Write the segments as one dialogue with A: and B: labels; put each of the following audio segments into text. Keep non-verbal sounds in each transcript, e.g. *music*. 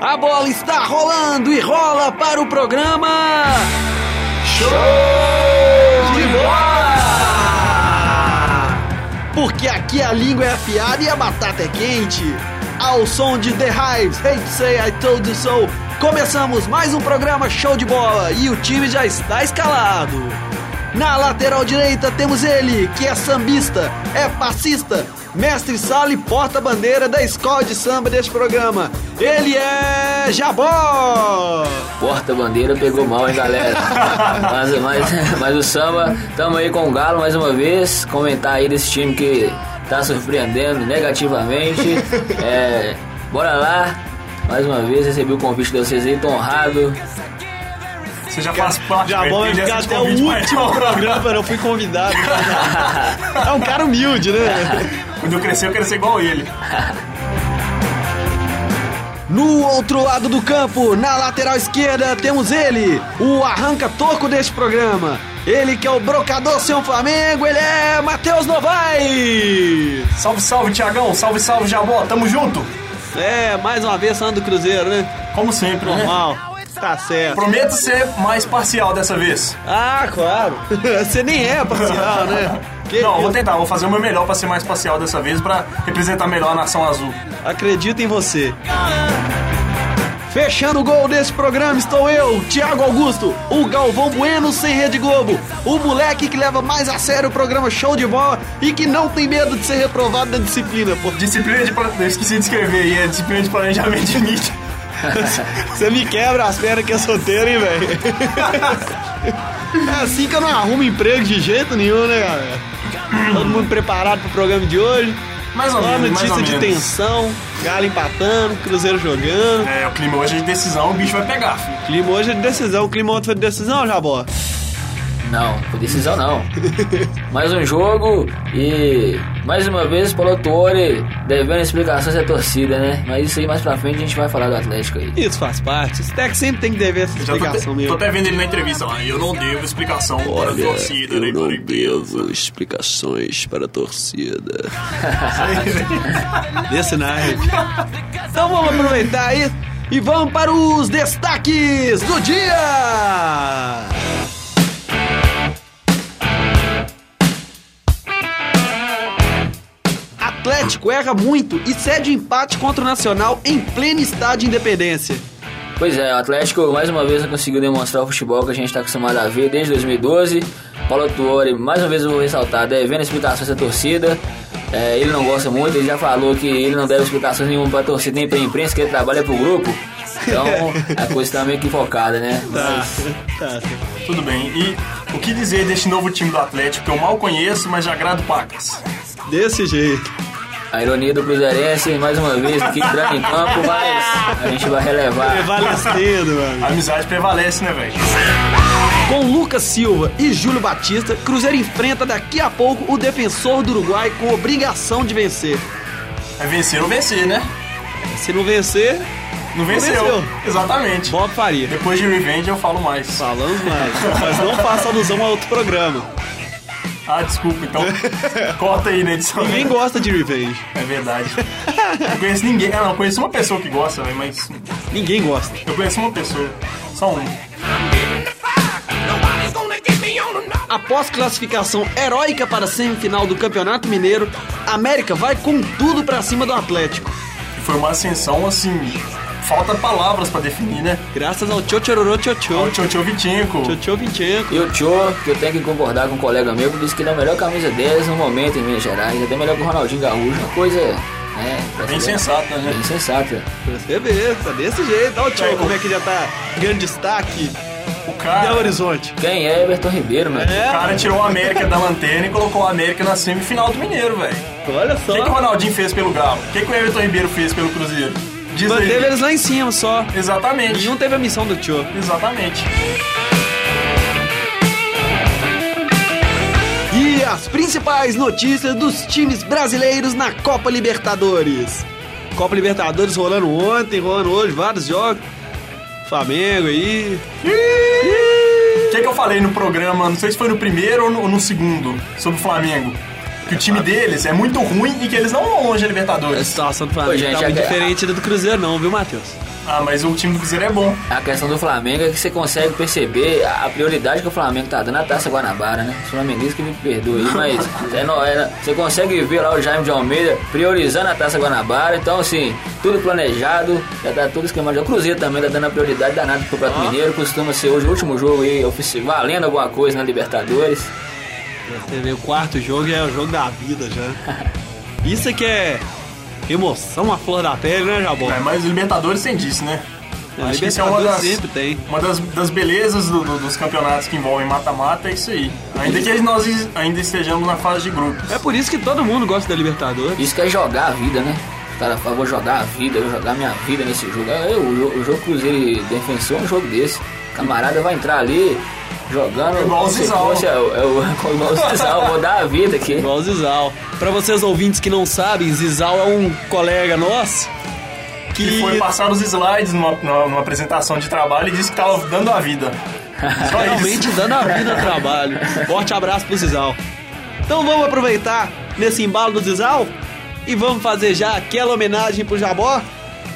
A: A bola está rolando e rola para o programa. Show de bola! Porque aqui a língua é afiada e a batata é quente. Ao som de The Hives, Hate to Say I Told You So, começamos mais um programa Show de Bola e o time já está escalado. Na lateral direita temos ele, que é sambista, é passista, mestre sala e porta-bandeira da escola de samba deste programa. Ele é Jabó!
B: Porta-bandeira pegou mal, hein, galera? mas, mas, mas o samba, tamo aí com o Galo mais uma vez. Comentar aí desse time que tá surpreendendo negativamente. É, bora lá, mais uma vez, recebi o convite de vocês aí, tô honrado. *laughs*
C: Você já faz parte
A: Já bom vai
C: entende?
A: ficar
C: Esse
A: até o
C: convite
A: último
C: vai- *laughs*
A: programa, eu fui convidado. *laughs* é um cara humilde, né?
C: Quando eu crescer, eu quero ser igual ele.
A: No outro lado do campo, na lateral esquerda, temos ele, o arranca-toco deste programa. Ele que é o brocador sem o Flamengo, ele é Matheus Novaes.
C: Salve, salve, Tiagão. Salve, salve, Jabó. Tamo junto.
A: É, mais uma vez falando do Cruzeiro, né?
C: Como sempre, né?
A: Normal. Tá certo.
C: Prometo ser mais parcial dessa vez.
A: Ah, claro. *laughs* Você nem é parcial, né? Que
C: Não,
A: que-
C: vou tentar. Vou fazer o meu melhor pra ser mais parcial dessa vez, pra representar melhor a nação azul.
A: Acredito em você. Fechando o gol desse programa estou eu, Thiago Augusto, o Galvão Bueno sem Rede Globo, o moleque que leva mais a sério o programa Show de Bola e que não tem medo de ser reprovado da disciplina, pô. *laughs*
C: Disciplina de... pla- Eu esqueci de escrever aí. É disciplina de planejamento de mídia.
A: Você me quebra as pernas que é solteiro, hein, velho? *laughs* É assim que eu não arrumo emprego de jeito nenhum, né, galera? Todo mundo preparado pro programa de hoje.
C: Mais ou
A: Só
C: menos, mais
A: notícia
C: ou
A: de
C: menos.
A: tensão, Galo empatando, Cruzeiro jogando.
C: É, o clima hoje é de decisão. O bicho vai pegar, filho.
A: Clima hoje é de decisão, o clima ontem foi de decisão, Jabó.
B: Não, por decisão não. mais um jogo e mais uma vez o Polotore devendo explicações à torcida, né? Mas isso aí mais pra frente a gente vai falar do Atlético aí.
A: Isso faz parte, o técnico sempre tem que dever essa
C: Já tô,
A: explicação
C: te- tô
A: mesmo.
C: até vendo ele na entrevista. Ah, eu não devo explicação para a
D: Olha,
C: torcida. né?
D: eu não devo explicações para a torcida.
C: *laughs*
A: Desse night. Então vamos aproveitar aí e vamos para os destaques do dia! Atlético erra muito e cede empate contra o Nacional em pleno estádio de Independência.
B: Pois é, o Atlético mais uma vez não conseguiu demonstrar o futebol que a gente está acostumado a ver desde 2012. Paulo Tuori, mais uma vez eu vou ressaltar, devendo explicações à torcida. É, ele não gosta muito, ele já falou que ele não deve explicações nenhuma pra torcida nem pra imprensa, que ele trabalha pro grupo. Então a coisa tá meio equivocada, né?
C: Ah.
A: tá.
C: Tudo bem. E o que dizer deste novo time do Atlético que eu mal conheço, mas já agrado pacas?
A: Desse jeito.
B: A ironia do Cruzeirense, mais uma vez, aqui entrando em campo, mas a gente vai
A: É
B: relevar.
A: Prevalecido, mano.
C: A amizade prevalece, né, velho?
A: Com Lucas Silva e Júlio Batista, Cruzeiro enfrenta daqui a pouco o defensor do Uruguai com obrigação de vencer.
C: É vencer ou vencer, né?
A: Se não vencer,
C: Não venceu.
A: venceu.
C: Exatamente.
A: Bob Faria.
C: Depois de Revenge eu falo mais.
A: Falamos mais, mas não faça alusão a outro programa.
C: Ah, desculpa, *laughs* então. Corta aí na edição.
A: Ninguém gosta de Revenge.
C: É verdade. Não conheço ninguém. Ah, não, eu conheço uma pessoa que gosta, velho, mas.
A: Ninguém gosta.
C: Eu conheço uma pessoa. Só um.
A: Após classificação heróica para a semifinal do Campeonato Mineiro, a América vai com tudo pra cima do Atlético.
C: E foi uma ascensão assim. Falta palavras pra definir, né?
A: Graças ao Tio Chororô Tio
C: O
A: Tio.
C: Tio Tio Vitinco.
A: Tio Tio Vinchenko.
B: E o Tio, que eu tenho que concordar com um colega meu, que disse que ele é o melhor camisa 10 no momento em Minas Gerais, até melhor que o Ronaldinho Gaúcho, uma coisa. Né,
C: Bem sensata, né?
B: Bem sensata.
A: Você vê, tá desse jeito. Olha o Tio como é que já tá ganhando destaque.
C: O
A: Belo
C: cara.
A: Horizonte.
B: Quem é Everton Ribeiro, mano?
C: O cara tirou a América da lanterna e colocou a América na semifinal do Mineiro, velho.
A: Olha
C: O
A: só.
C: que, que o Ronaldinho fez pelo Galo? O que, que o Everton Ribeiro fez pelo Cruzeiro? Diz aí.
A: Manteve eles lá em cima só.
C: Exatamente.
A: é Nenhum teve a missão do tio.
C: Exatamente.
A: E as principais notícias dos times brasileiros na Copa Libertadores. Copa Libertadores rolando ontem, rolando hoje, vários jogos. Flamengo aí.
C: O que, que eu falei no programa, não sei se foi no primeiro ou no, ou no segundo, sobre o Flamengo? Que o time deles é muito ruim e que eles não vão longe da
A: A
C: Libertadores.
A: É situação do Flamengo
B: Ô, gente,
A: tá muito
B: a-
A: diferente da do Cruzeiro não, viu, Matheus?
C: Ah, mas o time do Cruzeiro é bom.
B: A questão do Flamengo é que você consegue perceber a prioridade que o Flamengo tá dando à Taça Guanabara, né? Os flamenguistas que me perdoem, mas é, não, é- você consegue ver lá o Jaime de Almeida priorizando a Taça Guanabara. Então, assim, tudo planejado, já tá tudo esquematizado. O Cruzeiro também tá dando a prioridade danada pro Prato Mineiro. Costuma ser hoje o último jogo aí, ofici- valendo alguma coisa na Libertadores.
A: Você vê, o quarto jogo é o jogo da vida já. *laughs* Isso é que é emoção à flor da pele, né, Jabó?
C: É, mas o Libertadores tem disso, né?
A: Não,
C: Acho que isso é uma das,
A: Libertadores sempre tem.
C: uma das, das belezas do- do- dos campeonatos que envolvem mata-mata, é isso aí. Ainda que nós is- ainda estejamos na fase de grupos.
A: É por isso que todo mundo gosta da Libertadores.
B: Isso que é jogar a vida, né? Os caras falam, vou jogar a vida, vou jogar minha vida nesse jogo. É, o, jo- o jogo Cruzeiro e Defensor é um jogo desse. O camarada vai entrar ali jogando.
C: Igual o Zizal.
B: É, o- é o- *laughs* igual o Zizal, vou dar a vida aqui.
A: *laughs* Igual o Zizal. Pra vocês ouvintes que não sabem, Zizal é um colega nosso que,
C: E foi passar os slides numa, numa- numa apresentação de trabalho e disse que tava dando a vida. *laughs*
A: *laughs*
C: Só
A: realmente
C: isso.
A: dando a vida ao trabalho. Forte abraço pro Zizal. Então vamos aproveitar nesse embalo do Zizal e vamos fazer já aquela homenagem pro Jabó.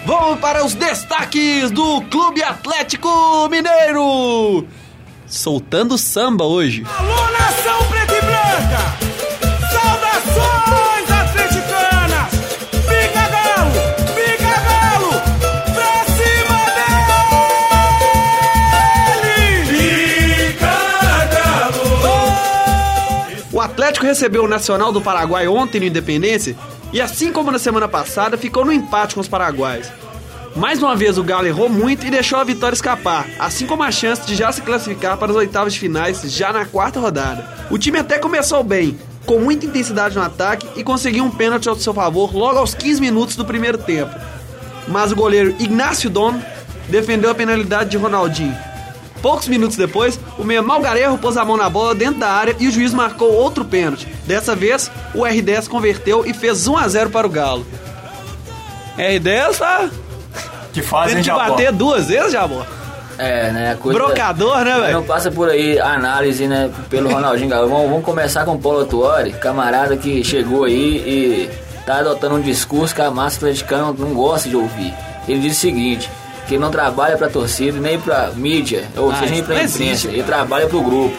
E: Vamos para os destaques do Clube Atlético Mineiro.
A: Soltando samba hoje.
F: Alô, nação preta e branca! Saudações atleticanas! Fica galo! Fica galo! Pra cima dele! Fica galo!
A: O Atlético recebeu o Nacional do Paraguai ontem no Independência e, assim como na semana passada, ficou no empate com os paraguaios. Mais uma vez, o Galo errou muito e deixou a vitória escapar, assim como a chance de já se classificar para as oitavas de finais já na quarta rodada. O time até começou bem, com muita intensidade no ataque e conseguiu um pênalti ao seu favor logo aos 15 minutos do primeiro tempo. Mas o goleiro Ignacio Dono defendeu a penalidade de Ronaldinho. Poucos minutos depois, o meia Malgarejo pôs a mão na bola dentro da área e o juiz marcou outro pênalti. Dessa vez, o R10 converteu e fez 1 a 0 para o Galo. R10 tá
C: Que fazem
A: tendo que
C: Japão.
A: bater duas vezes, Jabó.
B: É, né? a Coisa
A: Brocador, né,
B: Não
A: velho?
B: passa por aí a análise, né, pelo Ronaldinho Gaúcho. Vamos, vamos começar com o Paulo Tuori, camarada que chegou aí e tá adotando um discurso que a massa atleticana não gosta de ouvir. Ele diz o seguinte, que ele não trabalha pra torcida, nem pra mídia, ou
A: Ah,
B: seja, nem
A: isso
B: pra
A: não
B: imprensa,
A: existe,
B: ele trabalha pro grupo.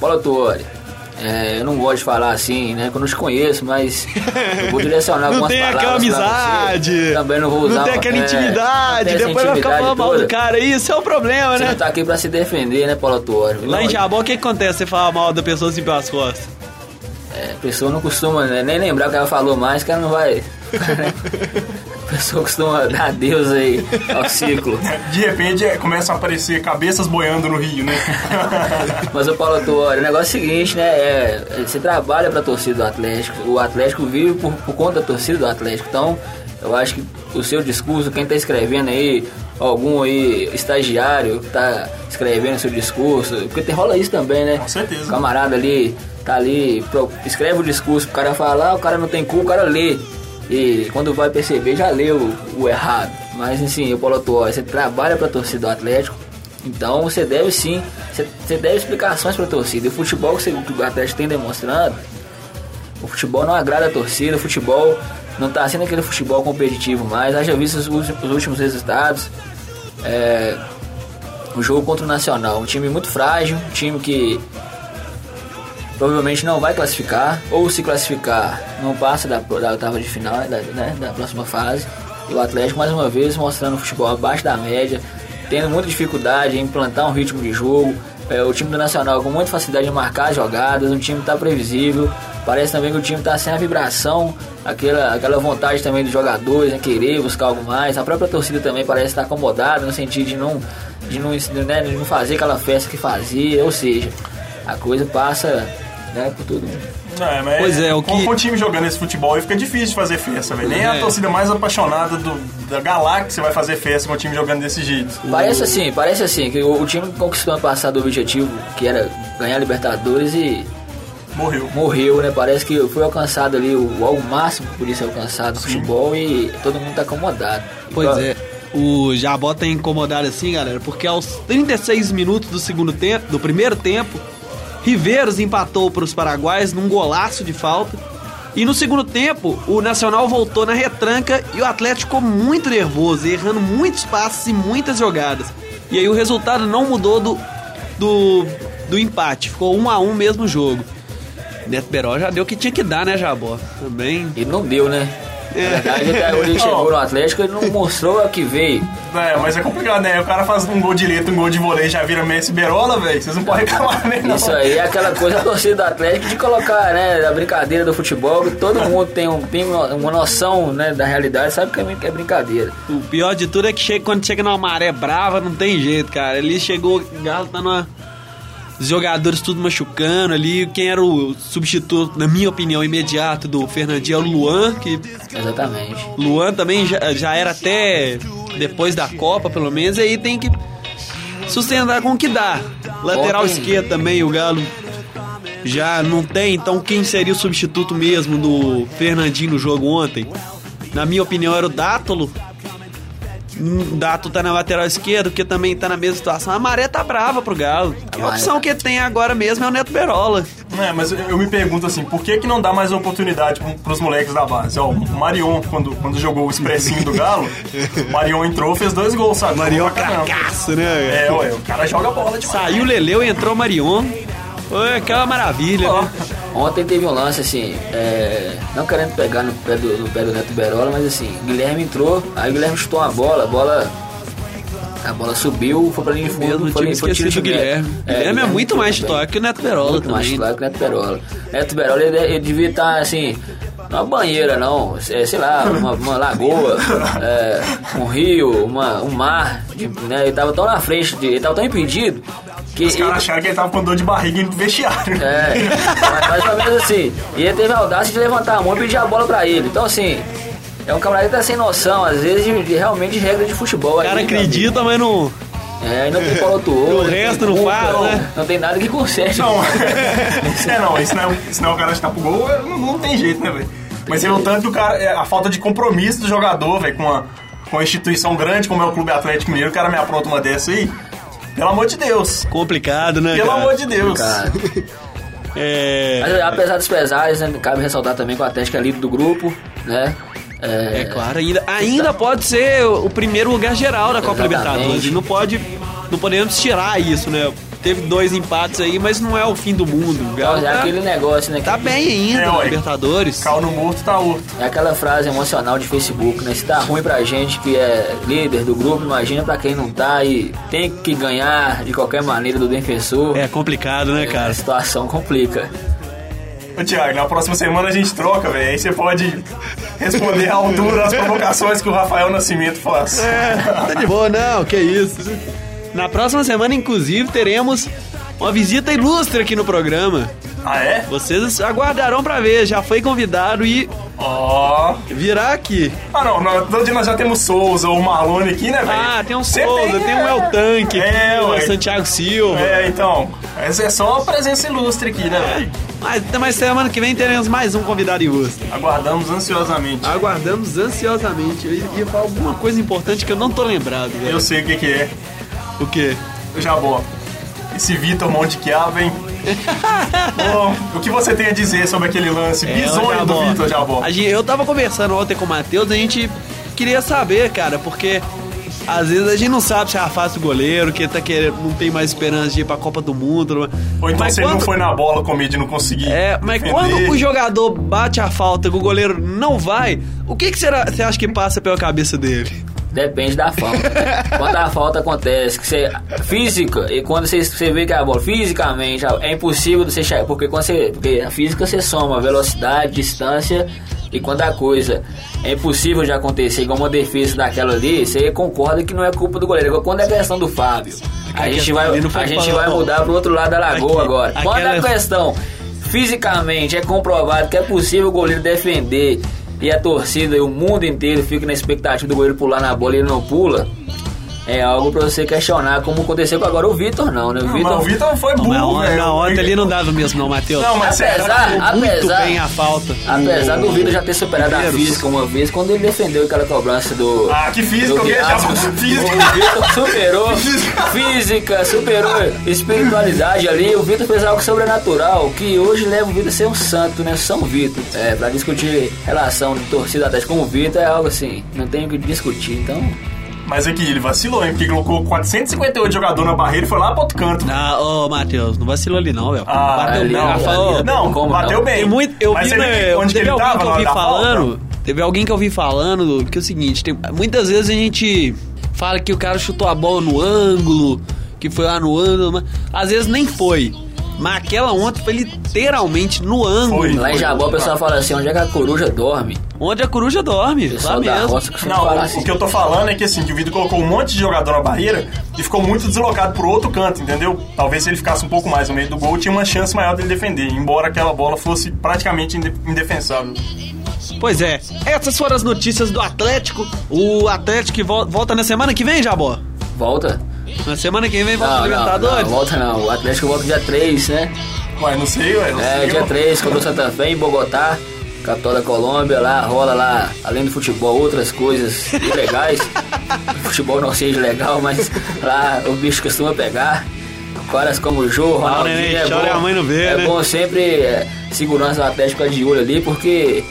B: Paulo Tuori, é, eu não gosto de falar assim, né, que eu não te conheço, mas eu vou
A: *laughs* Não
B: direcionar algumas
A: tem
B: palavras
A: aquela
B: pra
A: amizade.
B: você. Também não vou usar...
A: Não tem aquela
B: é, não tem
A: intimidade.
B: essa
A: Depois vai ficar
B: intimidade
A: falando mal do
B: toda.
A: cara. Isso é o problema,
B: Você
A: né?
B: não tá aqui pra se defender, né, Paulo Tuori?
A: Lá em
B: Não,
A: Jabó, o que acontece se falar mal da pessoa assim pelas costas?
B: É, A pessoa não costuma né, nem lembrar o que ela falou mais, que ela não vai. a pessoa costuma dar adeus aí ao ciclo.
C: De repente é, começam a aparecer cabeças boiando no rio, *laughs* né?
B: Mas o Paulo Tuori, o negócio é o seguinte, né? É, você trabalha pra torcida do Atlético, o Atlético vive por, por conta da torcida do Atlético. Então, eu acho que o seu discurso, quem tá escrevendo aí, algum aí estagiário que tá escrevendo seu discurso, porque tem, rola isso também, né?
C: Com certeza.
B: O camarada ali, tá ali, pro- escreve o discurso pro cara falar, "Ah, o cara não tem cu, o cara lê. E quando vai perceber, já leu o, o errado. Mas assim, o Paulo Tuori, você trabalha pra torcida do Atlético, então você deve sim, você, você deve explicações para a torcida. E o futebol que, você, que o Atlético tem demonstrando, o futebol não agrada a torcida, o futebol não está sendo aquele futebol competitivo mais. Haja visto os, ulti- os últimos resultados, é, o jogo contra o Nacional, um time muito frágil, um time que provavelmente não vai classificar, ou se classificar, não passa da, da oitava de final, da, né, da próxima fase. E o Atlético, mais uma vez, mostrando o futebol abaixo da média, tendo muita dificuldade em implantar um ritmo de jogo. É, o time do Nacional com muita facilidade de marcar as jogadas, o time está previsível. Parece também que o time está sem a vibração, aquela, aquela vontade também dos jogadores em querer buscar algo mais. A própria torcida também parece estar acomodada no sentido de não, de não, né, de não fazer aquela festa que fazia. Ou seja, a coisa passa né, por tudo.
C: É, mas
A: Pois é, o
C: com,
A: que-
C: com o time jogando esse futebol aí fica difícil de fazer festa, velho. Nem
A: É.
C: a torcida mais apaixonada do, da galáxia vai fazer festa com o time jogando desse jeito.
B: Parece assim, parece assim, que o, o time conquistou ano passado o objetivo, que era ganhar a Libertadores e
C: Morreu.
B: morreu, né? Parece que foi alcançado ali o, o máximo que podia ser alcançado no futebol e todo mundo tá acomodado.
A: Pois
B: Então,
A: é. O Jabó tá incomodado assim, galera, porque aos 36 minutos do segundo tempo, do primeiro tempo, Riveiros empatou para os paraguaios num golaço de falta E no segundo tempo, o Nacional voltou na retranca e o Atlético ficou muito nervoso, errando muitos passes e muitas jogadas. E aí o resultado não mudou do, do, do empate, ficou um a um mesmo jogo. Neto Beró já deu o que tinha que dar, né, Jabó? Também.
B: Ele não deu, né? Na verdade, até quando ele chegou no
A: *laughs*
B: Atlético, ele não mostrou a que veio.
C: É, mas é complicado, né? O cara faz um gol direito, um gol de vôlei já vira Messi Berola, velho. Vocês não podem *laughs* reclamar, né? Não.
B: Isso aí é aquela coisa da torcida do Atlético de colocar, né, a brincadeira do futebol, que todo mundo tem, um, tem uma noção, né, da realidade, sabe que é brin- que é brincadeira.
A: O pior de tudo é que chega, quando chega numa maré brava, não tem jeito, cara. Ali chegou, o Galo tá numa. Os jogadores tudo machucando ali. Quem era o substituto, na minha opinião, imediato do Fernandinho é o Luan, que
B: Exatamente.
A: Luan também já, já era até depois da Copa, pelo menos, e aí tem que sustentar com o que dá. Lateral
B: Ontem-
A: esquerda também, o Galo já não tem, então quem seria o substituto mesmo do Fernandinho no jogo ontem? Na minha opinião, era o Dátolo. Hum, Dato tá na lateral esquerda, porque também tá na mesma situação. A maré tá brava pro Galo. A
B: Maré.
A: opção que tem agora mesmo é o Neto Berola.
C: É, mas eu me pergunto assim, por que que não dá mais oportunidade pro- pros moleques da base? Ó, o Marion, quando, quando jogou o expressinho do Galo, o Marion entrou, fez dois gols, sabe? Marion
A: Cagaço, né?
C: É, ué, o cara joga bola demais.
A: Saiu o Leleu, entrou o Marion. Foi aquela maravilha, né?
B: Ontem teve um lance assim, é, não querendo pegar no pé, do, no pé do Neto Berola, mas assim, o Guilherme entrou, aí o Guilherme chutou uma bola, a bola. A bola subiu, foi pra linha de fundo,
A: Mesmo
B: foi,
A: time
B: foi
A: esquecido
B: tiro
A: do
B: de
A: Guilherme.
B: meta.
A: Guilherme é muito mais
B: também.
A: titular que o Neto Berola
B: muito mais
A: também.
B: titular que o Neto Berola. Neto Berola, ele, ele devia estar assim, numa banheira não, é, sei lá, uma, uma lagoa, é, um rio, uma- um mar, de- né? Ele tava tão na frente, de- ele tava tão impedido que
C: Os caras acharam que ele tava com dor de barriga no vestiário.
B: é, mas mais ou menos assim. E ele teve a audácia de levantar a mão e pedir a bola pra ele. Então, assim, é um camarada que tá sem noção, às vezes, de, de- realmente de regra de futebol.
A: O cara
B: aí, meu amigo.
A: acredita, mas não.
B: É, e não tem cola do outro.
A: O resto não faz, né?
B: Não tem nada que conserte.
C: Não, *laughs* é não, isso não, é- isso não é o cara chutar pro gol, é, não, não tem jeito, né, velho? Mas é o tanto que o cara, é, a falta de compromisso do jogador, velho, com a, com a instituição grande como é o Clube Atlético Mineiro, o cara me apronta uma dessa aí. Pelo amor de Deus.
A: Complicado, né?
C: Pelo
A: cara?
C: amor de Deus.
B: Cara,
A: É.
B: mas, apesar dos pesares, né, cabe ressaltar também que o Atlético é líder do grupo, né?
A: É claro, ainda, ainda pode ser o primeiro lugar geral da Copa
B: Exatamente.
A: Libertadores. E Não pode. Não podemos tirar isso, né? Teve dois empates aí, mas não é o fim do mundo. O
B: Então,
A: Galo
B: é
A: tá,
B: aquele negócio, né? que-
A: tá bem ainda
C: É,
A: na
C: ué.
A: Libertadores.
C: Cal no morto tá outro.
B: É aquela frase emocional de Facebook, né? Se tá ruim pra gente que é líder do grupo, imagina pra quem não tá e tem que ganhar de qualquer maneira do defensor.
A: É complicado, né,
B: A
A: cara?
B: situação complica.
C: Ô, Thiago, na próxima semana a gente troca, velho. Aí você pode responder à altura as provocações que o Rafael Nascimento faz.
A: Tá de boa, não, que isso. Na próxima semana, inclusive, teremos uma visita ilustre aqui no programa.
C: Ah, é?
A: Vocês aguardarão pra ver, já foi convidado e
C: Ó.
A: virá aqui.
C: Ah, não, não, todo dia nós já temos Souza ou Marlone aqui, né, velho?
A: Ah, tem um
C: Cê
A: Souza, tem, um El Tanque,
C: É,
A: tem o
C: ué.
A: Santiago Silva.
C: É, então. Essa é só uma presença ilustre aqui, né, velho?
A: Mas, mas semana que vem teremos mais um convidado ilustre.
C: Aguardamos ansiosamente.
A: Ah, Aguardamos ansiosamente. Eu ia falar alguma coisa importante que eu não tô lembrado, velho.
C: Eu sei o que, que é.
A: O quê?
C: Eu já vou. Esse Vitor Monte
A: *laughs*
C: Chiava, hein? Bom, o que você tem a dizer sobre aquele lance
A: É,
C: bizonho do Vitor Jabó?
A: A gente- Eu tava conversando ontem com o Matheus, a gente queria saber, cara, porque às vezes a gente não sabe se é a fase do goleiro, que ele tá querendo, não tem mais esperança de ir pra Copa do Mundo.
C: Ou então
A: mas
C: você
A: quando,
C: não foi na bola comer e não conseguir.
A: É, mas
C: defender.
A: quando o jogador bate a falta que o goleiro não vai, o que, que será, você acha que passa pela cabeça dele?
B: Depende da falta. né? quando a falta acontece, que você. Física, e quando você, você vê que a bola fisicamente é impossível de você chegar. Porque quando você. Porque a física você soma velocidade, distância. E quando a coisa é impossível de acontecer, igual uma defesa daquela ali, você concorda que não é culpa do goleiro. Igual quando é questão do Fábio. A gente vai,
A: ali não foi
B: a gente
A: falando,
B: vai
A: não.
B: mudar pro outro lado da lagoa
A: Aqui-
B: agora. Quando é a
A: aquela-
B: questão fisicamente é comprovado que é possível o goleiro defender e a torcida e o mundo inteiro fica na expectativa do goleiro pular na bola e ele não pula, é algo pra você questionar, como aconteceu com agora o Vitor, não, né? O
C: Mas o
B: Vitor.
C: Vitor foi
A: Na
C: burro,
A: hora,
C: velho.
A: na hora ali não dava mesmo, não, Matheus.
C: Não, mas é, Hum. sério,
B: Apesar,
A: Muito
B: apesar,
A: bem a falta.
B: apesar do Vitor já ter superado a
A: Primeiro.
B: física uma vez, quando ele defendeu aquela cobrança do.
C: Ah, que física,
B: do
C: eu queria
B: Riascos,
C: chamar de física.
B: O Vitor
C: *laughs*
B: superou física, superou espiritualidade ali. O Vitor fez algo sobrenatural que hoje leva o Vitor a ser um santo, né? São Vitor. É, pra discutir relação de torcida atrás com o Vitor é algo assim, não tem o que discutir. Então,
C: Mas é que ele vacilou, hein? Porque colocou 458 jogador na barreira e foi lá pro outro canto.
A: Ah, ô, Matheus, não vacilou ali não, velho.
C: Ah,
A: Bateu
B: ali,
A: bem.
C: não,
A: Ah, falou,
B: ali,
C: não,
B: Como
C: bateu
B: não?
C: bem.
A: Tem muito, eu
C: Mas
A: vi,
C: ele-
A: né,
C: onde que
A: teve
C: ele
A: alguém
C: tava
A: que
C: na
A: eu
C: hora
A: vi
C: da falta?
A: falando, teve alguém que eu vi falando que é o seguinte, tem- muitas vezes a gente fala que o cara chutou a bola no ângulo, que foi lá no ângulo, mas às vezes nem foi. Mas aquela ontem foi literalmente no ângulo.
C: Foi.
B: lá em Jabó o pessoal fala assim: onde é que a coruja dorme?
A: Onde a coruja dorme, lá
B: pessoal da
A: mesmo.
B: roça que
C: Não,
B: fala
C: o
B: assim.
C: que eu tô falando é que assim, que o Vitor colocou um monte de jogador na barreira e ficou muito deslocado pro outro canto, entendeu? Talvez se ele ficasse um pouco mais no meio do gol, tinha uma chance maior dele defender, embora aquela bola fosse praticamente inde- indefensável.
A: Pois é, essas foram as notícias do Atlético. O Atlético que vol- volta na semana que vem, Jabó?
B: Volta?
A: Na semana que vem volta o
B: Não, não, não,
A: Libertadores?
B: volta não. O Atlético volta dia 3, né?
C: Mas não sei, ué. não
B: É,
C: sei,
B: dia
C: eu-
B: 3, contra o Santa Fé em Bogotá, capital da Colômbia, lá rola lá, além do futebol, outras coisas ilegais. *laughs* futebol não seja legal, mas lá o bicho costuma pegar. Caras como o Jô, Ronaldinho,
A: neném,
B: é
A: chora
B: bom,
A: e a mãe não vê,
B: é
A: né?
B: bom sempre é, segurança do Atlético de olho ali, porque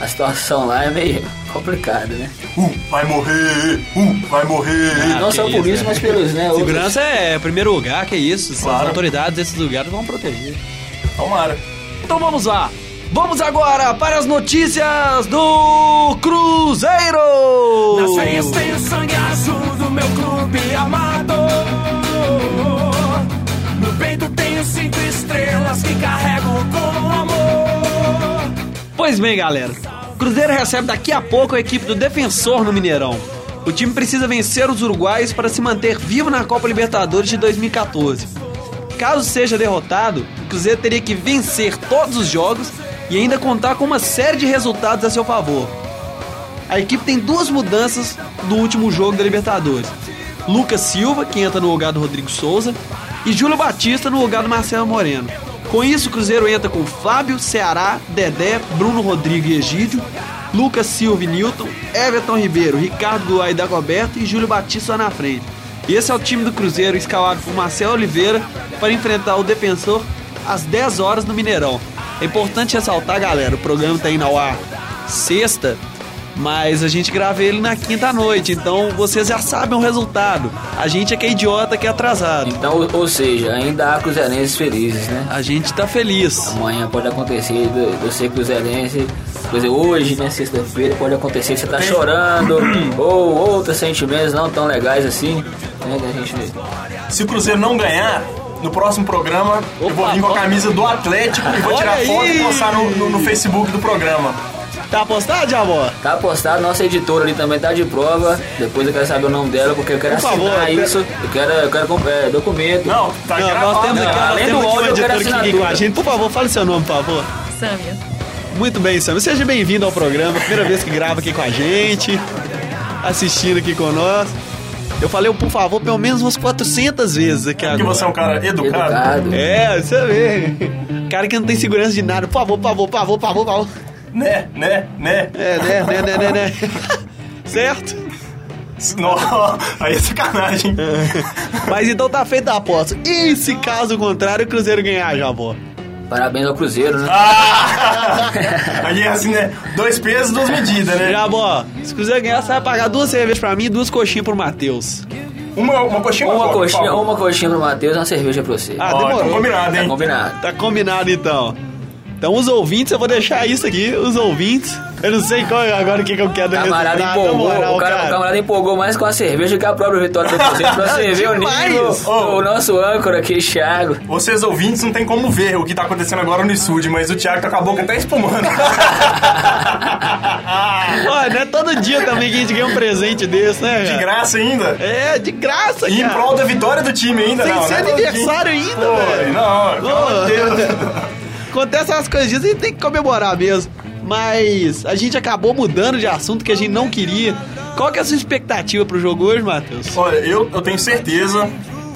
B: a situação lá é meio *laughs* complicada, né?
C: Um vai morrer, um vai morrer.
B: não
A: Ah, que
B: só por
A: isso, é.
B: isso, mas pelos, né? outros-
A: Segurança é primeiro lugar, que é isso. As
C: Claro.
A: autoridades desses lugares vão proteger. Ah.
C: Tomara.
A: Então vamos lá.
E: Vamos agora para as notícias do Cruzeiro!
F: Nas veias tem o sangue azul do meu clube amador. No peito tenho cinco estrelas que carrego com amor.
A: Pois bem, galera. O Cruzeiro recebe daqui a pouco a equipe do Defensor no Mineirão. O time precisa vencer os uruguaios para se manter vivo na Copa Libertadores de 2014. Caso seja derrotado, o Cruzeiro teria que vencer todos os jogos e ainda contar com uma série de resultados a seu favor. A equipe tem duas mudanças do último jogo da Libertadores. Lucas Silva, que entra no lugar do Rodrigo Souza, e Júlio Batista no lugar do Marcelo Moreno. Com isso, o Cruzeiro entra com Fábio, Ceará, Dedé, Bruno Rodrigues e Egídio, Lucas Silva e Newton, Everton Ribeiro, Ricardo Goulart e Dagoberto e Júlio Batista lá na frente. Esse é o time do Cruzeiro, escalado por Marcelo Oliveira, para enfrentar o defensor às 10 horas no Mineirão. É importante ressaltar, galera, o programa está indo ao ar sexta, mas a gente grava ele na quinta à noite, então vocês já sabem o resultado. A gente é que é idiota, que é atrasado.
B: Então, ou- ou seja, ainda há cruzeirenses felizes, né?
A: A gente tá feliz.
B: Amanhã pode acontecer de de você cruzeirense, quer dizer, hoje, né, sexta-feira, pode acontecer que você tá chorando, ou outros sentimentos não tão legais assim, né, que a gente...
C: Se o Cruzeiro não ganhar, no próximo programa eu vou vir com a camisa do Atlético e vou
A: Olha
C: tirar foto
A: aí!
C: e postar no, no- no Facebook do programa.
A: Tá apostado, Jabó?
B: Tá postado, nossa editora ali também tá de prova, depois eu quero saber o nome dela, porque eu quero
A: Por
B: assinar
A: favor, eu
B: isso, eu quero, eu quero comp- é, documento.
C: Não, tá
A: Não,
C: gravado.
A: nós temos aqui, nós
B: além
A: temos aqui
B: do
A: um
B: áudio, eu
A: editor
B: quero
A: que fica com a
B: assinatura.
A: gente. Por favor, fale seu nome, por favor.
G: Sâmia.
A: Muito bem, Sam. Seja bem-vindo ao programa. Primeira vez que grava aqui com a gente, assistindo aqui conosco. Eu falei, o por favor, pelo menos umas 400 vezes aqui
C: Porque
A: agora.
C: você é um cara educado.
B: Educado.
A: É, você vê. Cara que não tem segurança de nada. Por favor, por favor, por favor, por favor, por favor.
C: Né, né, né.
A: É, né, né, né, né, né. certo?
C: Nossa, *laughs* aí é sacanagem.
A: Mas então tá feita a aposta. E se caso contrário, o Cruzeiro ganhar, Jabó?
B: Parabéns ao Cruzeiro, né?
C: Aí é assim, né? Dois pesos, duas medidas, né?
A: Jabó, se o Cruzeiro ganhar, você vai pagar duas cervejas pra mim e duas coxinhas pro Matheus.
C: Uma, uma coxinha
B: Uma
C: coca, por
B: coxinha,
C: favor.
B: uma coxinha pro Matheus e uma cerveja pra você.
A: Ah,
C: Ó, então
A: demorou.
C: combinado,
B: tá
C: hein?
B: combinado.
A: Tá combinado então. Então os ouvintes, eu vou deixar isso aqui, os ouvintes. Eu não sei qual é agora o que, que eu quero do
B: Camarada
A: resultado, na
B: empolgou,
A: moral,
B: o, cara, o camarada empolgou mais com a cerveja que a própria vitória do Cruzeiro. Pra você Então,
C: *laughs*
B: ver o
A: Demais!
B: nível,
C: Ô.
B: o nosso âncora aqui, Thiago.
C: Vocês ouvintes não tem como ver o que tá acontecendo agora no estúdio, mas o Thiago tá com a boca até espumando. *laughs*
A: Ó, não é todo dia também que a gente ganha um presente desse, né?
C: De
A: cara?
C: graça ainda.
A: É, de graça,
C: E em
A: cara.
C: prol da vitória do time ainda,
A: Sem
C: não,
A: ser
C: né?
A: aniversário ainda,
C: Pô,
A: velho.
C: Não, pelo amor de Deus.
A: *laughs* Acontece essas coisinhas e tem que comemorar mesmo. Mas a gente acabou mudando de assunto que a gente não queria. Qual que é a sua expectativa pro jogo hoje, Matheus?
C: Olha, eu, eu tenho certeza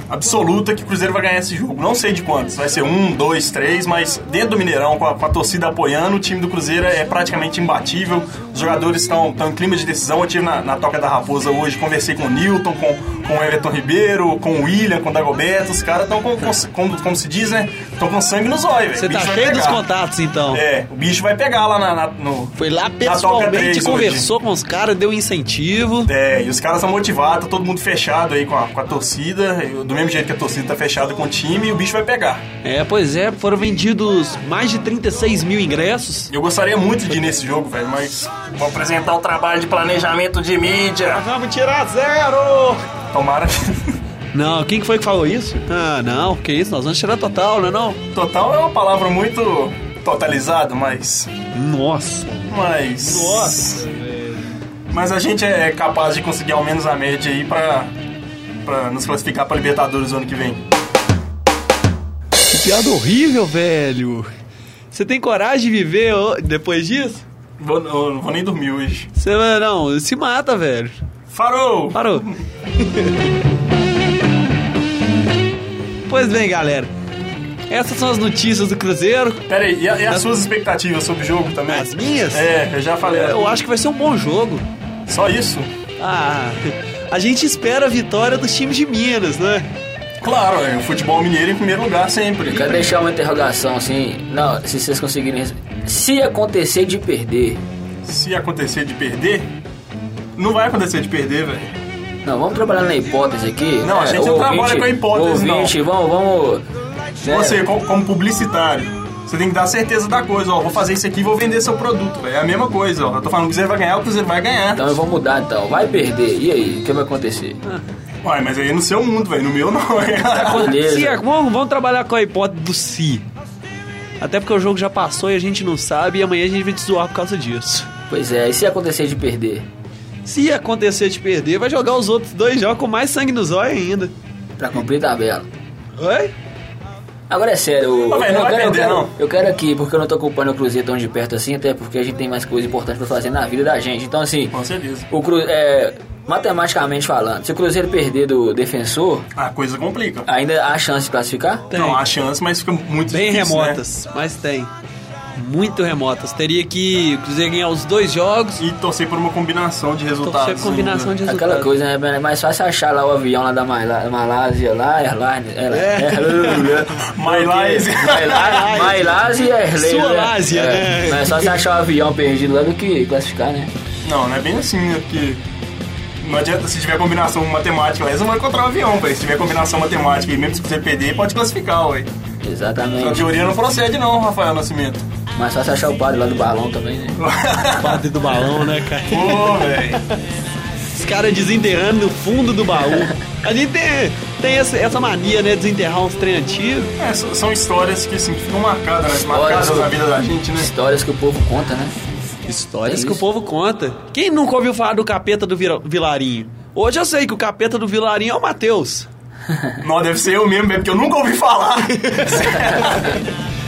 C: absoluta que o Cruzeiro vai ganhar esse jogo. Não sei de quantos, vai ser um, dois, três, mas dentro do Mineirão, com a, com a torcida apoiando, o time do Cruzeiro é praticamente imbatível. Os jogadores estão estão em clima de decisão. Eu tive na, na Toca da Raposa hoje, conversei com o Newton, com, com o Everton Ribeiro, com o William, com o Dagoberto. Os caras estão com, com- como- como se diz, né? Estão com sangue nos olhos, velho.
A: Você
C: O
A: tá
C: bicho vai
A: cheio dos
C: pegar.
A: contatos, então.
C: É, o bicho vai pegar lá na, na- no.
A: Foi lá
C: na Toca três
A: pessoalmente,
C: hoje.
A: conversou com os caras, deu incentivo.
C: É, e os caras são motivados, tá todo mundo fechado aí com a, com a torcida, e do mesmo jeito que a torcida tá fechada com o time, e o bicho vai pegar.
A: É, pois é, foram vendidos mais de 36 mil ingressos.
C: Eu gostaria muito de ir nesse jogo, velho, mas vou apresentar o trabalho de planejamento de mídia.
A: Vamos tirar zero!
C: Tomara que. *laughs*
A: Não, quem que foi que falou isso? Ah, não, que isso, nós vamos tirar total, não é não?
C: Total é uma palavra muito totalizada, mas.
A: Nossa.
C: Mas. Nossa! Mas a gente é capaz de conseguir ao menos a média aí pra. pra nos classificar pra Libertadores no ano que vem.
A: Que piada horrível, velho. Você tem coragem de viver ô, depois disso?
C: Vou, eu não vou nem dormir hoje.
A: Você não, se mata, velho.
C: Farou!
A: Parou. *laughs* pois bem, galera. Essas são as notícias do Cruzeiro.
C: Pera aí, e, a- e as suas expectativas sobre o jogo também?
A: As minhas?
C: É, eu já falei.
A: Eu acho que vai ser um bom jogo.
C: Só isso?
A: Ah, a gente espera a vitória dos times de Minas, né?
C: Claro, é o futebol mineiro em primeiro lugar sempre.
B: Eu quero deixar uma interrogação assim. Não, se vocês conseguirem. res- Se acontecer de perder.
C: Se acontecer de perder, não vai acontecer de perder, velho.
B: Não, vamos trabalhar na hipótese aqui. É,
C: Não, a gente não trabalha com a hipótese, não.
B: ouvinte, vamos, vamos.
A: É.
B: né?
C: Você, como, como publicitário, você tem que dar certeza da coisa, ó. Vou fazer isso aqui e vou vender seu produto, velho. É a mesma coisa, ó. Eu tô falando que o Cruzeiro vai ganhar, o Cruzeiro vai ganhar.
A: Tá.
B: Então eu vou mudar então. Vai perder. E aí? O que vai acontecer?
C: Uai, mas aí é no seu mundo, velho. No meu não, *laughs* é.
B: Beleza.
A: Se, vamos, vamos trabalhar com a hipótese do se. Até porque o jogo já passou e a gente não sabe e amanhã a gente vai te zoar por causa disso.
B: Pois é, e se acontecer de perder?
A: Se acontecer de perder, vai jogar os outros dois jogos com mais sangue nos olhos ainda.
B: Pra cumprir tabela.
A: Oi?
B: Agora é sério, eu,
C: Ô, velho, não
B: eu quero,
C: vai
B: eu
C: perder,
B: quero-
C: não.
B: eu quero aqui, porque eu não tô acompanhando o Cruzeiro tão de perto assim, até porque a gente tem mais coisa importante pra fazer na vida da gente. Então, assim,
C: Com certeza.
B: o Cru, é, matematicamente falando, se o Cruzeiro perder do defensor,
C: A coisa complica.
B: ainda há chance de classificar?
A: Tem.
C: Não, há chance, mas fica muito
A: É. Bem
C: difícil, né?
A: remotas, mas tem. Muito remotas. Teria que o Cruzeiro ganhar os dois jogos.
C: E tá assim, torcer por uma combinação de resultados.
A: Torcer combinação de resultados.
B: Aquela coisa, né? É mais fácil achar lá o avião lá da Maila- Malásia, lá, Airline. Airline,
C: Mailais.
B: Mailase- Mailase e Airline. né?
A: Sualásia,
B: É,
A: né?
B: Mas só se achar o avião perdido lá do que classificar, né?
C: Não, não é bem assim, né? Porque não adianta se tiver combinação matemática, eles não vão encontrar o avião, velho. Se tiver combinação matemática e mesmo se você perder, pode classificar, ué. Então, A
B: Exatamente.
C: teoria não procede, não, Rafael Nascimento.
B: Mas só se achar o padre lá do balão também, né?
A: Padre do balão, né, cara?
C: Pô, velho.
A: Os caras desenterrando no fundo do baú. A gente tem, tem essa, essa mania, né? de Desenterrar uns trem antigos.
C: É, s- são histórias que, assim, que ficam marcadas, né?
B: Histórias
C: Marcadas
B: que-
C: na vida da gente, né?
B: Histórias que o povo conta, né?
A: Histórias
B: É
A: que o
B: isso.
A: povo conta. Quem nunca ouviu falar do capeta do Vira- Vilarinho? Hoje eu sei que o capeta do Vilarinho é o Matheus.
C: Não, deve ser eu mesmo, velho, porque eu nunca ouvi falar.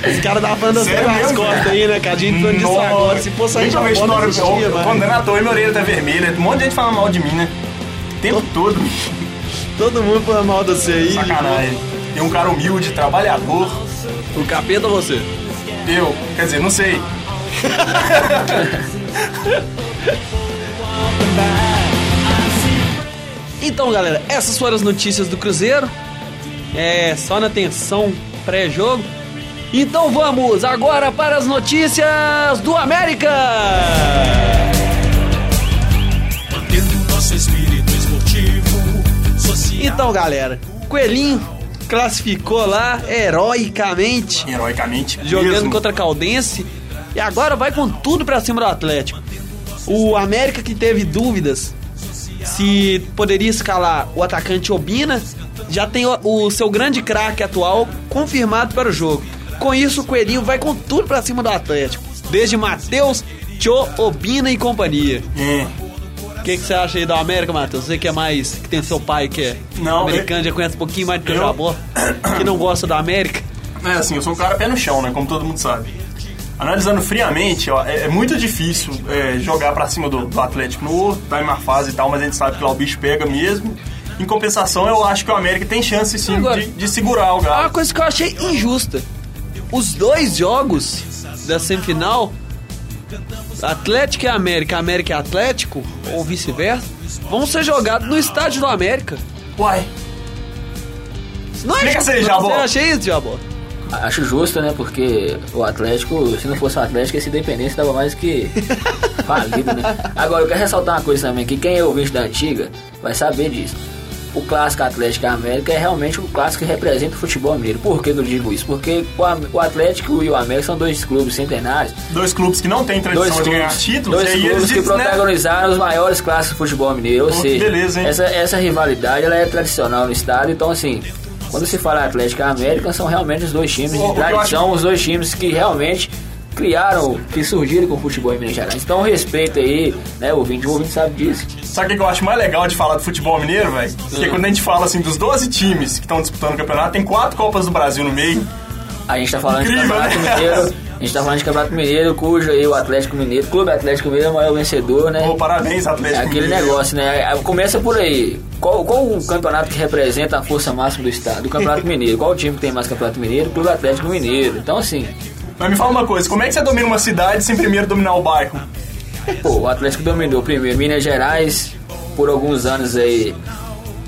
A: Esse cara da banda
C: Sério
A: Zé nas
C: mesmo,
A: assim, costas
C: cara?
A: aí, né, cara? A gente falando disso agora. Se fosse sair
C: Deixa
A: de
C: eu ver a história.
A: existia,
C: Eu,
A: mano.
C: quando na toa, minha orelha tá vermelha. Um monte de gente fala mal de mim, né? O tempo todo, bicho.
A: Todo mundo falando mal de você aí.
C: sacanagem. E um cara humilde, trabalhador.
A: O capeta é você.
C: Eu, quer dizer, não sei.
A: Então, galera, essas foram as notícias do Cruzeiro. É, só na tensão pré-jogo. Então vamos agora para as notícias do América! Então, galera, Coelhinho classificou lá heroicamente,
C: Heroicamente.
A: jogando
C: mesmo.
A: contra a Caldense e agora vai com tudo pra cima do Atlético. O América que teve dúvidas se poderia escalar o atacante Obina, já tem o, o seu grande craque atual confirmado para o jogo. Com isso, o Coelhinho vai com tudo pra cima do Atlético. Desde Matheus, Tio, Obina e companhia.
C: É.
A: O que que você acha aí da América, Matheus? Você que é mais. que tem seu pai que é
C: Não,
A: americano, já conhece um pouquinho mais do que eu
C: eu-
A: já vou, que não gosta da América.
C: É assim, eu sou um cara pé no chão, né? Como todo mundo sabe. analisando friamente, ó, é, é muito difícil é, jogar pra cima do, do Atlético no Time fase e tal, mas a gente sabe que lá o bicho pega mesmo. Em compensação, eu acho que o América tem chance sim
B: Agora-
C: de, de segurar o
A: É uma
C: Galo.
A: coisa que eu achei injusta. Os dois jogos da semifinal, Atlético e América, América e Atlético, ou vice-versa, vão ser jogados no estádio do América.
C: Uai,
A: Isso Não é
C: Explica
A: justo,
C: isso aí,
A: não.
C: Jabó.
A: Você acha isso, Jabó?
B: Acho justo, né? Porque o Atlético, se não fosse o Atlético, esse Independência tava mais
C: *laughs*
B: que falido, né? Agora, eu quero ressaltar uma coisa também, que quem é ouvinte da antiga vai saber disso. O clássico Atlético e América é realmente o clássico que representa o futebol mineiro. Por que que eu digo isso? Porque o Am- o Atlético e o América são dois clubes centenários,
C: dois clubes que não têm tradição
B: dois
C: de ganhar
B: clubes,
C: títulos,
B: dois
C: e aí
B: clubes
C: eles
B: que
C: dizem, né,
B: protagonizaram os maiores clássicos do futebol mineiro. Ou
C: que
B: seja,
C: beleza, hein?
B: essa, essa rivalidade ela é tradicional no estado. Então, assim, quando se fala Atlético e América, são realmente os dois times
C: Ó, o
B: de
C: que eu
B: tradição, os dois times que realmente criaram, que surgiram com o futebol em Minas Gerais. Então, respeita aí, né? O ouvinte, o ouvinte sabe disso.
C: Sabe o que que eu acho mais legal de falar do futebol mineiro, velho?
B: É.
C: Porque quando a gente fala assim dos 12 times que estão disputando o campeonato, tem quatro Copas do Brasil no meio.
B: A gente tá falando de
C: Incrível,
B: Campeonato
C: né?
B: Mineiro. A gente tá falando de Campeonato Mineiro, cujo aí o Atlético Mineiro, Clube Atlético Mineiro é o maior vencedor, né?
C: Pô, parabéns,
B: É
C: Atlético
B: aquele
C: Mineiro.
B: negócio, né? Começa por aí. Qual, qual o campeonato que representa a força máxima do estado? Do Campeonato Mineiro. Qual o time que tem mais Campeonato Mineiro? Clube Atlético Mineiro. Então, assim,
C: Mas me fala uma coisa, como é que você domina uma cidade sem primeiro dominar o bairro?
B: pô, o Atlético dominou primeiro Minas Gerais por alguns anos aí.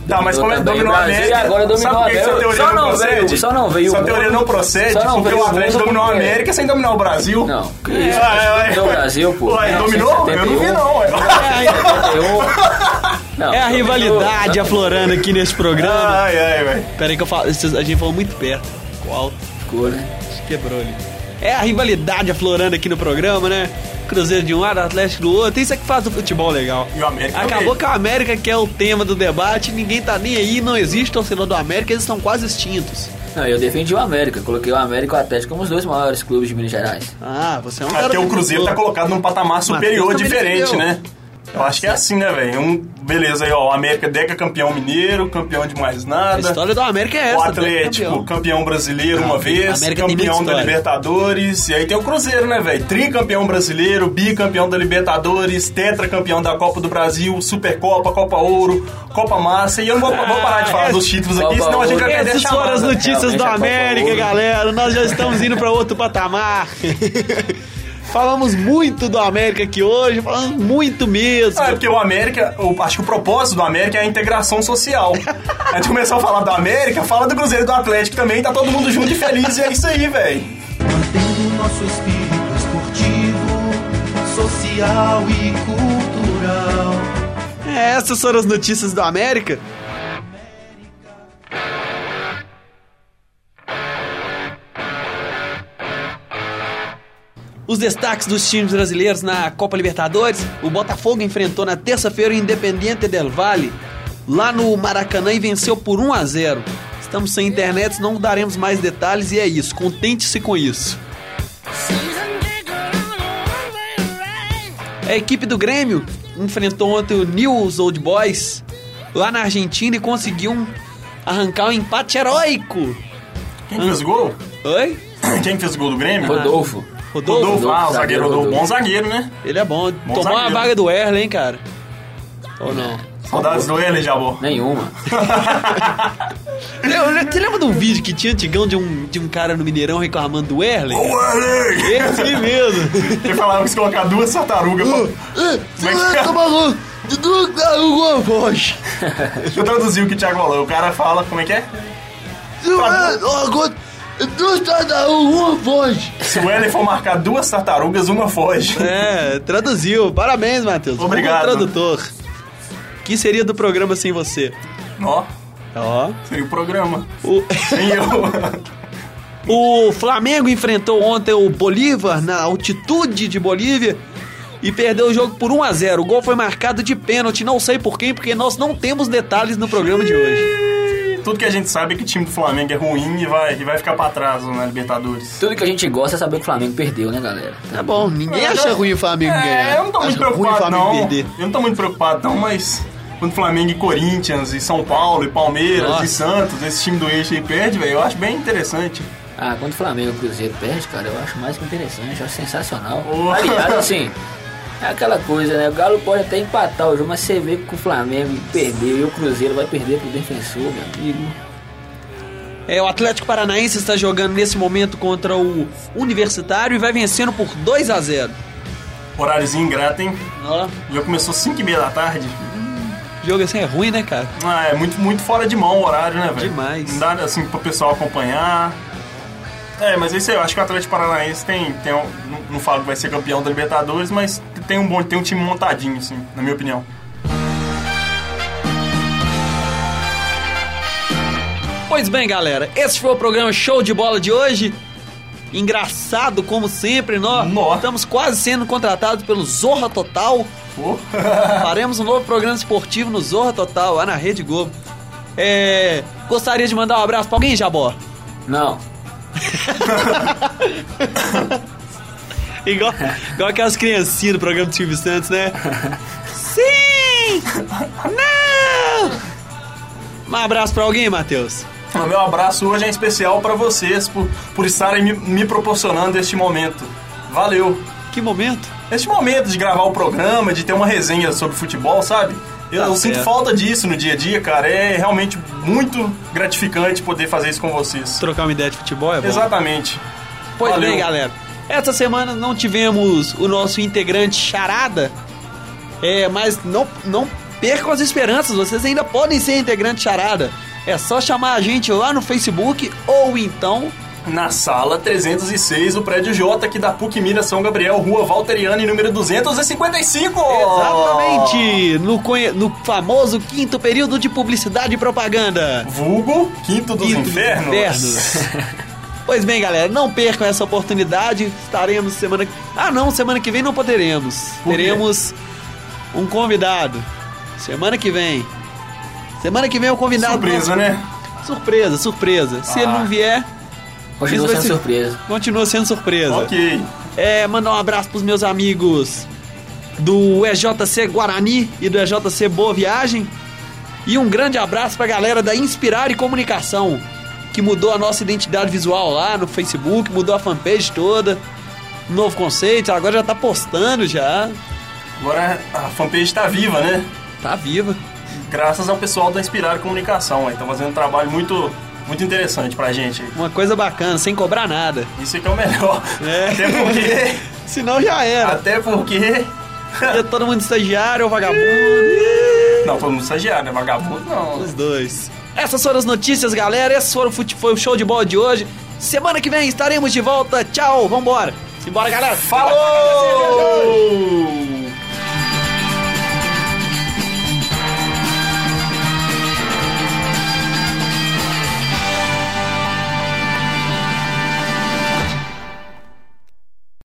C: Tá, mas como é que
B: também
C: dominou
B: o
C: a
B: Brasil,
C: América?
B: e agora dominou
C: Sabe
B: a
C: por que essa
B: América.
C: teoria
B: Só
C: não,
B: não
C: procede?
B: veio- só não veio
C: Essa
B: o
C: teoria
B: mundo.
C: não procede
B: Só não
C: porque
B: veio
C: o
B: o
C: Atlético
B: mundo
C: dominou a
B: como é.
C: América sem dominar o Brasil.
B: Não, que isso.
C: Ué, ué,
B: dominou o
C: ué.
B: Brasil, pô.
C: É,
B: né?
C: Ué, dominou? Eu não vi, não. ué.
B: 1971. Não,
A: É a
B: dominou.
A: rivalidade aflorando aqui nesse programa.
C: Ai, ai, velho.
A: Pera aí que eu falo, vocês- a gente falou muito perto. Qual?
B: Ficou, né?
A: Quebrou ali. É a rivalidade aflorando aqui no programa, né? Cruzeiro de um lado, Atlético do outro. Isso é que faz o futebol legal.
C: E o América
A: Acabou
C: também.
A: que o América que é o tema do debate, ninguém tá nem aí, não existe torcedor do América, eles estão quase extintos.
B: Não, eu defendi o América. Coloquei o América e o Atlético como os dois maiores clubes de Minas Gerais.
A: Ah, você é um cara.
C: Até o
A: defensor.
C: Cruzeiro tá colocado num patamar superior,
A: Matheus também
C: diferente,
A: defendeu.
C: né? Eu acho que é assim, né, velho? Um, beleza aí, ó. O América é Deca campeão mineiro, campeão de mais
A: A
C: nada.
A: história do América é
C: né? O
A: essa.
C: Atlético, campeão,
A: campeão.
C: brasileiro uma vez,
A: América tem
C: campeão
A: muita
C: da
A: história.
C: Libertadores, e aí tem o Cruzeiro, né, velho? Tricampeão brasileiro, bicampeão da Libertadores, tetracampeão da Copa do Brasil, Supercopa, Copa Ouro, Copa Massa, e eu não vou, vou parar de falar dos títulos aqui,
B: Copa
C: senão a gente vai
B: Ouro.
C: perder a né?
A: Essas foram as
C: chamada.
A: notícias
B: Realmente
A: do
B: é Copa
A: América,
C: né?
B: Ouro.
A: galera. Nós já estamos indo para outro
C: *laughs*
A: patamar. Falamos muito do América aqui hoje, falamos muito mesmo.
C: Ah, é porque o América, o- acho que o propósito do América é a integração social. A gente começou a falar do América, fala do Cruzeiro e do Atlético também, tá todo mundo junto e feliz, e é isso aí, velho.
G: mantendo nosso espírito esportivo, social e cultural.
A: É, essas foram as notícias do América. Os destaques dos times brasileiros na Copa Libertadores. O Botafogo enfrentou na terça-feira o Independiente del Valle lá no Maracanã e venceu por 1 a 0. Estamos sem internet, não daremos mais detalhes e é isso. Contente-se com isso. A equipe do Grêmio enfrentou ontem o News Old Boys lá na Argentina e conseguiu um- arrancar um empate heróico.
C: Quem fez o gol?
A: Oi?
C: Quem fez o gol do Grêmio?
B: Rodolfo.
A: Rodolfo?
C: Rodolfo, ah, o zagueiro Rodolfo. Bom
B: Rodolfo.
C: zagueiro, né?
A: Ele é bom. Tomou a
C: zagueiro.
A: vaga do Erle, hein, cara? Ou não?
C: Saudades do Ele, Jabô.
B: Nenhuma.
A: Lembra- Você lembra de um vídeo que tinha antigão de um, de um cara no Mineirão reclamando do Erle? Esse mesmo.
C: Ele falava que se colocar duas tartarugas pra... Deixa eu traduzir o que o Thiago falou. O cara fala, como é que é?
A: Tá
C: Se o Ele for marcar duas tartarugas, uma foge.
A: É, traduziu. Parabéns, Matheus.
C: Obrigado.
A: Bom tradutor. que seria do programa sem você?
C: Ó,
A: Ó.
C: seria o programa.
A: O...
C: Sem eu.
A: O Flamengo enfrentou ontem o Bolívar na altitude de Bolívia e perdeu o jogo por 1 a 0. O gol foi marcado de pênalti, não sei por quem, porque nós não temos detalhes no programa de hoje.
C: Tudo que a gente sabe é que o time do Flamengo é ruim e vai, e vai ficar pra trás na Libertadores.
B: Tudo que a gente gosta é saber que o Flamengo perdeu, né, galera?
A: Tá bom, ninguém acha ruim o Flamengo ganhar.
C: É, eu não tô muito
A: Acha ruim o
C: preocupado,
A: Flamengo
C: não.
A: perder.
C: Eu não tô muito preocupado, não, mas... Quando Flamengo e Corinthians, e São Paulo, e Palmeiras,
A: Nossa.
C: e Santos, esse time do eixo aí perde, velho, eu acho bem interessante.
B: Ah, quando o Flamengo e o Cruzeiro perde, cara, eu acho mais que interessante, eu acho sensacional.
A: *laughs*
C: Oh.
B: Aliás, assim, é aquela coisa, né? O Galo pode até empatar o jogo, mas você vê que o Flamengo perdeu e o Cruzeiro vai perder pro defensor, meu amigo.
A: É, o Atlético Paranaense está jogando nesse momento contra o Universitário e vai vencendo por 2 a 0
C: Horáriozinho ingrato, hein?
A: Ó,
C: Já começou 5 e meia da tarde.
A: jogo assim é ruim, né, cara?
C: Ah, é muito, muito fora de mão o horário, né, velho?
A: Demais.
C: Não dá, assim, pro pessoal acompanhar. É, mas é isso aí. Eu acho que o Atlético Paranaense tem... tem um- não, não falo que vai ser campeão da Libertadores, mas tem um, bom, tem um time montadinho, assim, na minha opinião.
A: Pois bem, galera, esse foi o programa Show de Bola de hoje. Engraçado como sempre, nós
C: Nó.
A: estamos quase sendo contratados pelo Zorra Total.
C: Pô.
A: *laughs* Faremos um novo programa esportivo no Zorra Total, lá na Rede Globo. É, gostaria de mandar um abraço pra alguém, Jabó?
B: Não,
A: *laughs* Igual, igual aquelas criancinhas do programa do Silvio Santos, né? *laughs* Sim! Não! Um abraço pra alguém, Matheus.
C: O meu abraço hoje é especial pra vocês por, por estarem me, me proporcionando este momento. Valeu!
A: Que momento?
C: Este momento de gravar o programa, de ter uma resenha sobre futebol, sabe? Eu,
A: Tá
C: eu sinto
A: certo.
C: falta disso no dia a dia, cara. É realmente muito gratificante poder fazer isso com vocês.
A: Trocar uma ideia de futebol é Tá bom.
C: Exatamente.
A: Pois
C: Valeu.
A: bem, galera. Essa semana não tivemos o nosso integrante Charada, é, mas não, não percam as esperanças, vocês ainda podem ser integrante Charada. É só chamar a gente lá no Facebook ou então
C: Na sala 306 do prédio J, aqui da PUC Minas São Gabriel, Rua Valteriane, número 255.
A: Exatamente! No, conhe- no famoso quinto período de publicidade e propaganda.
C: Vulgo, quinto dos
A: Quinto dos
C: infernos.
A: infernos. Pois bem, galera, não percam essa oportunidade. Estaremos semana. Ah, não, semana que vem não poderemos.
C: Por quê?
A: Teremos um convidado. Semana que vem. Semana que vem é o convidado.
C: Surpresa, né?
A: Surpresa, surpresa. Se
C: Ah.
A: ele não vier,
B: continua
A: vai
B: sendo
A: ser-
B: surpresa.
A: continua sendo surpresa.
C: Ok.
A: É, mandar um abraço pros meus amigos do EJC Guarani e do EJC Boa Viagem. E um grande abraço pra galera da Inspirar e Comunicação, que mudou a nossa identidade visual lá no Facebook, mudou a fanpage toda. Novo conceito, agora já tá postando já.
C: Agora a fanpage tá viva, né?
A: Tá viva.
C: Graças ao pessoal da Inspirar Comunicação, aí tá fazendo um trabalho muito, muito interessante pra gente. aí.
A: Uma coisa bacana, sem cobrar nada.
C: Isso aqui é o melhor.
A: É.
C: *laughs* Até porque.
A: Senão já era.
C: Até porque.
A: Ia todo mundo estagiário ou vagabundo.
C: Não, todo mundo estagiário, né? Vagabundo não.
A: Os dois. Essas foram as notícias, galera. Esse foram, o fute- foi o show de bola de hoje. Semana que vem estaremos de volta. Tchau, vambora. Simbora, galera.
C: Falou!